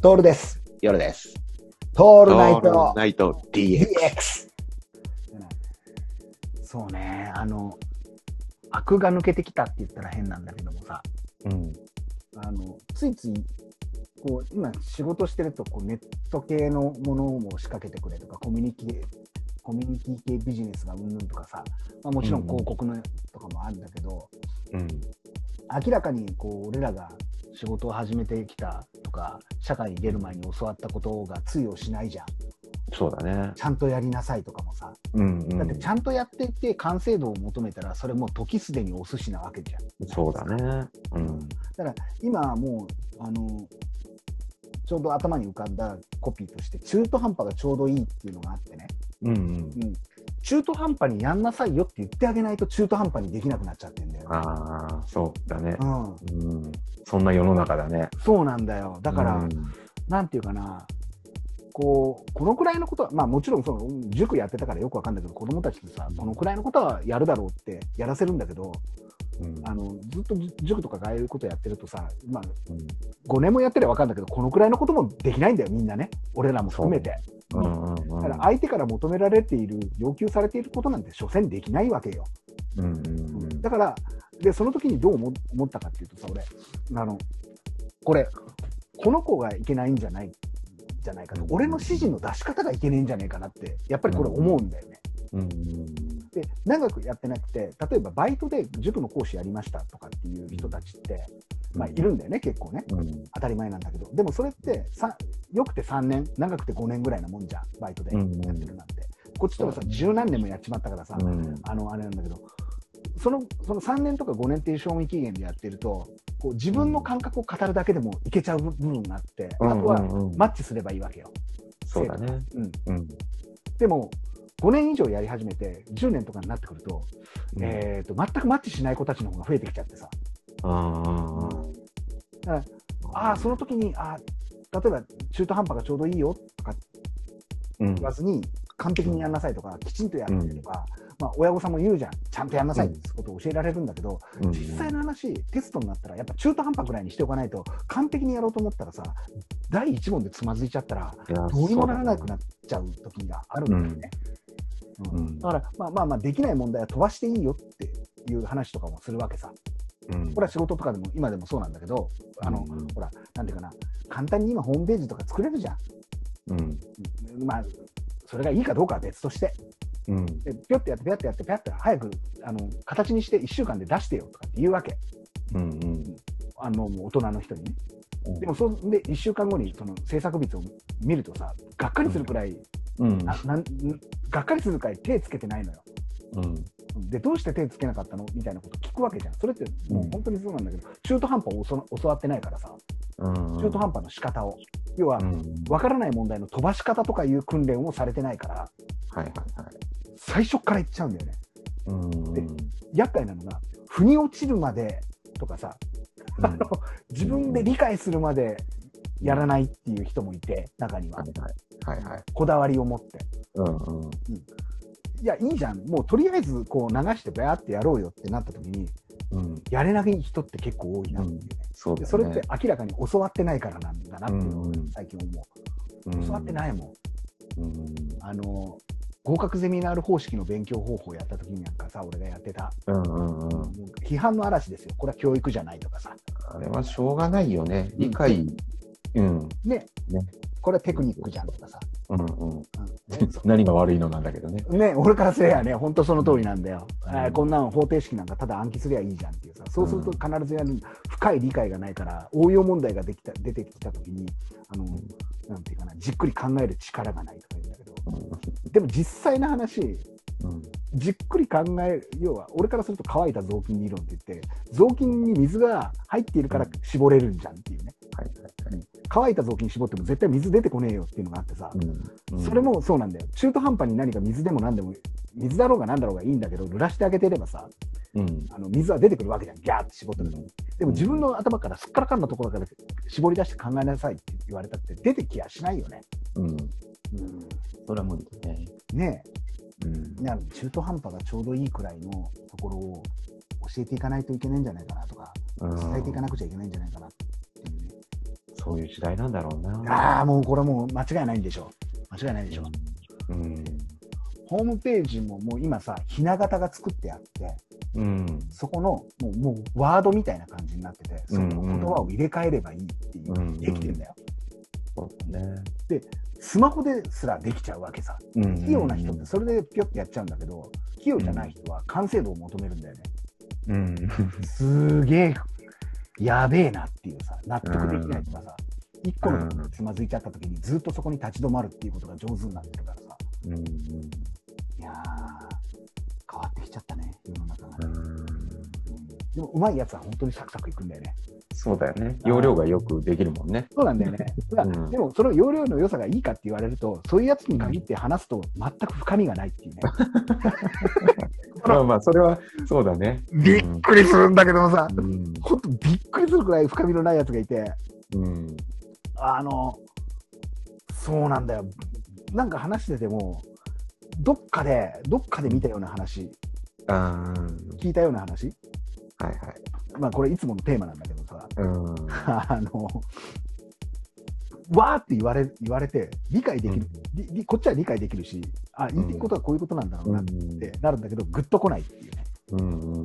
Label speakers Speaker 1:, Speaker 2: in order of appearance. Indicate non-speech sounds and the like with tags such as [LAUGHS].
Speaker 1: トールです。
Speaker 2: 夜です。
Speaker 1: ト
Speaker 2: オ
Speaker 1: ールナイト
Speaker 2: ナイト DX。
Speaker 1: DX。そうね、あの、アクが抜けてきたって言ったら変なんだけどもさ、
Speaker 2: うん。
Speaker 1: あの、ついつい、こう、今仕事してると、こう、ネット系のものも仕掛けてくれとか、コミュニティ、コミュニティ系ビジネスがうんぬんとかさ、まあ、もちろん広告のとかもあるんだけど、
Speaker 2: うん。
Speaker 1: 明らかにこう俺らが仕事を始めてきたとか社会に出る前に教わったことが通用しないじゃん
Speaker 2: そうだね。
Speaker 1: ちゃんとやりなさいとかもさ、
Speaker 2: うん、う
Speaker 1: だってちゃんとやっていって完成度を求めたらそれもう時すでにお寿司なわけじゃん
Speaker 2: そうだね。うん。
Speaker 1: 今はもうあのちょうど頭に浮かんだコピーとして中途半端がちょうどいいっていうのがあってね、
Speaker 2: うん、うん。
Speaker 1: うん、中途半端にやんなさいよって言ってあげないと中途半端にできなくなっちゃってんだよ、ね
Speaker 2: ああ、そうだね。
Speaker 1: うん、
Speaker 2: うん。そんな世の中だね。
Speaker 1: そうなんだよだから、
Speaker 2: うん
Speaker 1: なんていうかな、こう、このくらいのことは、まあもちろんその塾やってたからよくわかんないけど、子供たちにさ、このくらいのことはやるだろうってやらせるんだけど、
Speaker 2: うん
Speaker 1: あの、ずっとじ塾とかああいうことやってるとさ、まあ
Speaker 2: うん
Speaker 1: 5年もやってりゃわかんないけど、このくらいのこともできないんだよ、みんなね。俺らも含めて。
Speaker 2: うんうんうん
Speaker 1: だから相手から求められている、要求されていることなんて、所詮できないわけよ。
Speaker 2: うんうんうん
Speaker 1: だから、で、その時にどう思思ったかっていうとさ、俺、あの、これ、この子がいけないんじゃない、じゃないかと、
Speaker 2: うん
Speaker 1: 俺の指示の出し方がいけねえんじゃないかなって、やっぱりこれ思うんだよね。
Speaker 2: うんうん
Speaker 1: で、長くやってなくて、例えばバイトで塾の講師やりましたとかっていう人たちって、まあ、いるんだよね、結構ね。
Speaker 2: うん
Speaker 1: 当たり前なんだけど、でもそれって、さよくて3年、長くて5年ぐらいなもんじゃん、バイトでやってるなんて。こっちとかさ、十何年もやっちまったからさ、
Speaker 2: うん
Speaker 1: あのあれなんだけどそのその3年とか5年っていう賞味期限でやってるとこう自分の感覚を語るだけでもいけちゃう部分があって、あとは
Speaker 2: うんうんうん
Speaker 1: マッチすればいいわけよ
Speaker 2: そうだね。
Speaker 1: うん
Speaker 2: うん。
Speaker 1: でも5年以上やり始めて10年とかになってくると,、えー、と全くマッチしない子たちの方が増えてきちゃってさ
Speaker 2: あ
Speaker 1: だからああその時にあー例えば中途半端がちょうどいいよとか
Speaker 2: うん
Speaker 1: 言わずに完璧にやんなさいとか、きちんとやってとか、まあ、親御さんも言うじゃんちゃんとやんなさいってことを教えられるんだけど、
Speaker 2: うん
Speaker 1: 実際の話、テストになったら、やっぱ中途半端ぐらいにしておかないと、完璧にやろうと思ったらさ、第1問でつまずいちゃったら、
Speaker 2: いや
Speaker 1: どうにもならなくなっちゃう時があるんだよね。
Speaker 2: そうだねうん
Speaker 1: だから、まあまあまあ、できない問題は飛ばしていいよっていう話とかもするわけさ。
Speaker 2: うん
Speaker 1: これは仕事とかでも、今でもそうなんだけど、あの、
Speaker 2: うん
Speaker 1: ほら、なんていうかな、簡単に今、ホームページとか作れるじゃん。
Speaker 2: うん
Speaker 1: うんまあそれがいいかどうかは別として、
Speaker 2: うん
Speaker 1: でぴょってやって、ぴょってやって、ぴょって早くあの形にして1週間で出してよとかって言うわけ、
Speaker 2: うんうん
Speaker 1: あのもう大人の人にね。でもそんで1週間後にその制作物を見るとさがっかりするくらい、
Speaker 2: うん
Speaker 1: ななんがっかりするくらい手つけてないのよ。
Speaker 2: うん
Speaker 1: でどうして手つけなかったのみたいなこと聞くわけじゃんそれっても
Speaker 2: う
Speaker 1: うん本当にそうなんだけど、中途半端を教わ教わってないからさ
Speaker 2: うん
Speaker 1: 中途半端の仕方を、要は
Speaker 2: うん
Speaker 1: 分からない問題の飛ばし方とかいう訓練をされてないから
Speaker 2: はいはいはい
Speaker 1: 最初からいっちゃうんだよね
Speaker 2: うんうん
Speaker 1: 厄介なのが腑に落ちるまでとかさ、あの自分で理解するまでやらないっていう人もいて中には、
Speaker 2: はいはいはいはい
Speaker 1: こだわりを持って
Speaker 2: うんうん
Speaker 1: いや、いいじゃん、もうとりあえずこう流して、ばやってやろうよってなった時に、
Speaker 2: うん
Speaker 1: やれない人って結構多いなっていうね、
Speaker 2: そうだ
Speaker 1: で
Speaker 2: ね
Speaker 1: それって明らかに教わってないからなんだなっていうの
Speaker 2: う
Speaker 1: を
Speaker 2: んうん
Speaker 1: 最近思
Speaker 2: う
Speaker 1: う、
Speaker 2: ん
Speaker 1: 教わってないもん、
Speaker 2: うん
Speaker 1: あの合格ゼミナール方式の勉強方法やった時になんかさ、俺がやってた、
Speaker 2: うんうんうん
Speaker 1: もう批判の嵐ですよ、これは教育じゃないとかさ、
Speaker 2: あれはしょうがないよね
Speaker 1: うん
Speaker 2: 理解うん
Speaker 1: ね、
Speaker 2: ね
Speaker 1: これはテクニックじゃんとかさ、
Speaker 2: うんうん
Speaker 1: うんねそ
Speaker 2: 何が悪いのなんだけどね
Speaker 1: ね、俺からすればね、本当その通りなんだよ、
Speaker 2: うん
Speaker 1: あーこんなの方程式なんかただ暗記すりゃいいじゃんっていうさ、そうすると必ずやる深い理解がないから、応用問題ができた出てきたときにあの、
Speaker 2: ん
Speaker 1: なんていうかな、じっくり考える力がないとか言うんだけど、でも実際の話、
Speaker 2: うん
Speaker 1: じっくり考える、要は俺からすると乾いた雑巾理論って言って、雑巾に水が入っているから絞れるんじゃんっていうね、
Speaker 2: はいはいはい
Speaker 1: 乾いた雑巾絞っても絶対水出てこねえよっていうのがあってさ。
Speaker 2: うん
Speaker 1: それもそうなんだよ中途半端に何か水でも何でも水だろうが何だろうがいいんだけど濡らしてあげてればさ
Speaker 2: うん
Speaker 1: あの水は出てくるわけじゃんギャーって絞ってるのにでも
Speaker 2: うん
Speaker 1: 自分の頭からすっからかんのところから絞り出して考えなさいって言われたって出てきやしないよね、
Speaker 2: う
Speaker 1: う
Speaker 2: ん
Speaker 1: ん、
Speaker 2: それは無理だね
Speaker 1: ね
Speaker 2: うん
Speaker 1: えだから中途半端がちょうどいいくらいのところを教えていかないといけないんじゃないかなとか伝えていかなくちゃいけないんじゃないかなっていうね、
Speaker 2: そういう時代なんだろうな。
Speaker 1: ああ、もうこれもう間違いないんでしょう。間違いないでしょう。
Speaker 2: うん。
Speaker 1: ホームページももう今さ、ひな形が作ってあって、
Speaker 2: うん。
Speaker 1: そこのもうもうワードみたいな感じになってて、その言葉を入れ替えればいいっていう、
Speaker 2: うんうん
Speaker 1: できてんだよ。
Speaker 2: そうだね。
Speaker 1: スマホですらできちゃうわけさ。
Speaker 2: うん
Speaker 1: 器用な人ってそれでピョってやっちゃうんだけど、器用じゃない人は完成度を求めるんだよね。
Speaker 2: うん。
Speaker 1: すげえ、やべえなっていうさ、納得できないとかさ、一個のことでつまずいちゃった時にずっとそこに立ち止まるっていうことが上手になってるからさ。
Speaker 2: うん。うん。
Speaker 1: いやー、変わってきちゃったね、世の中が。
Speaker 2: うん
Speaker 1: でも、うまいやつは本当にサクサクいくんだよね。
Speaker 2: そうだよね。容量がよくできるもんね。
Speaker 1: そうなんだよね。だから
Speaker 2: うん
Speaker 1: でも、その容量の良さがいいかって言われると、そういうやつに限って話すと、全く深みがないっていうね。
Speaker 2: まあまあ、それはそうだね。
Speaker 1: [LAUGHS] びっくりするんだけどもさ、
Speaker 2: うん。
Speaker 1: ほんとびっくりするくらい深みのないやつがいて、
Speaker 2: うん。
Speaker 1: あの、そうなんだよ。なんか話してても、どっかで、どっかで見たような話、
Speaker 2: あー
Speaker 1: 聞いたような話、
Speaker 2: はいはい。
Speaker 1: まあ、これ、いつものテーマなんだけどさ、
Speaker 2: うん。
Speaker 1: あの、わーって言われ言われて、理解できる、りりこっちは理解できるし、あ、言ってることはこういうことなんだろうなってなるんだけど、ぐっと来ないっていうね。
Speaker 2: うん。うん。